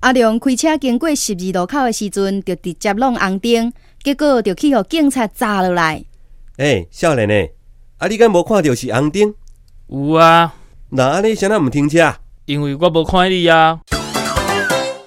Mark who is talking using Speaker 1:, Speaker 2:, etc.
Speaker 1: 阿良开车经过十二路口的时阵，就直接弄红灯，结果就去互警察砸落来。
Speaker 2: 诶，哎少年诶，啊，你敢无看到是红灯？
Speaker 3: 有啊，
Speaker 2: 那安尼谁人毋停车？
Speaker 3: 因为我无看你啊。